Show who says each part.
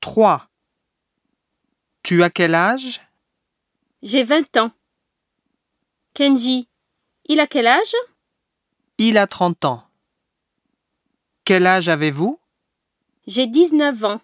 Speaker 1: 3. Tu as quel âge
Speaker 2: J'ai 20 ans. Kenji, il a quel âge
Speaker 1: Il a 30 ans. Quel âge avez-vous
Speaker 2: J'ai 19 ans.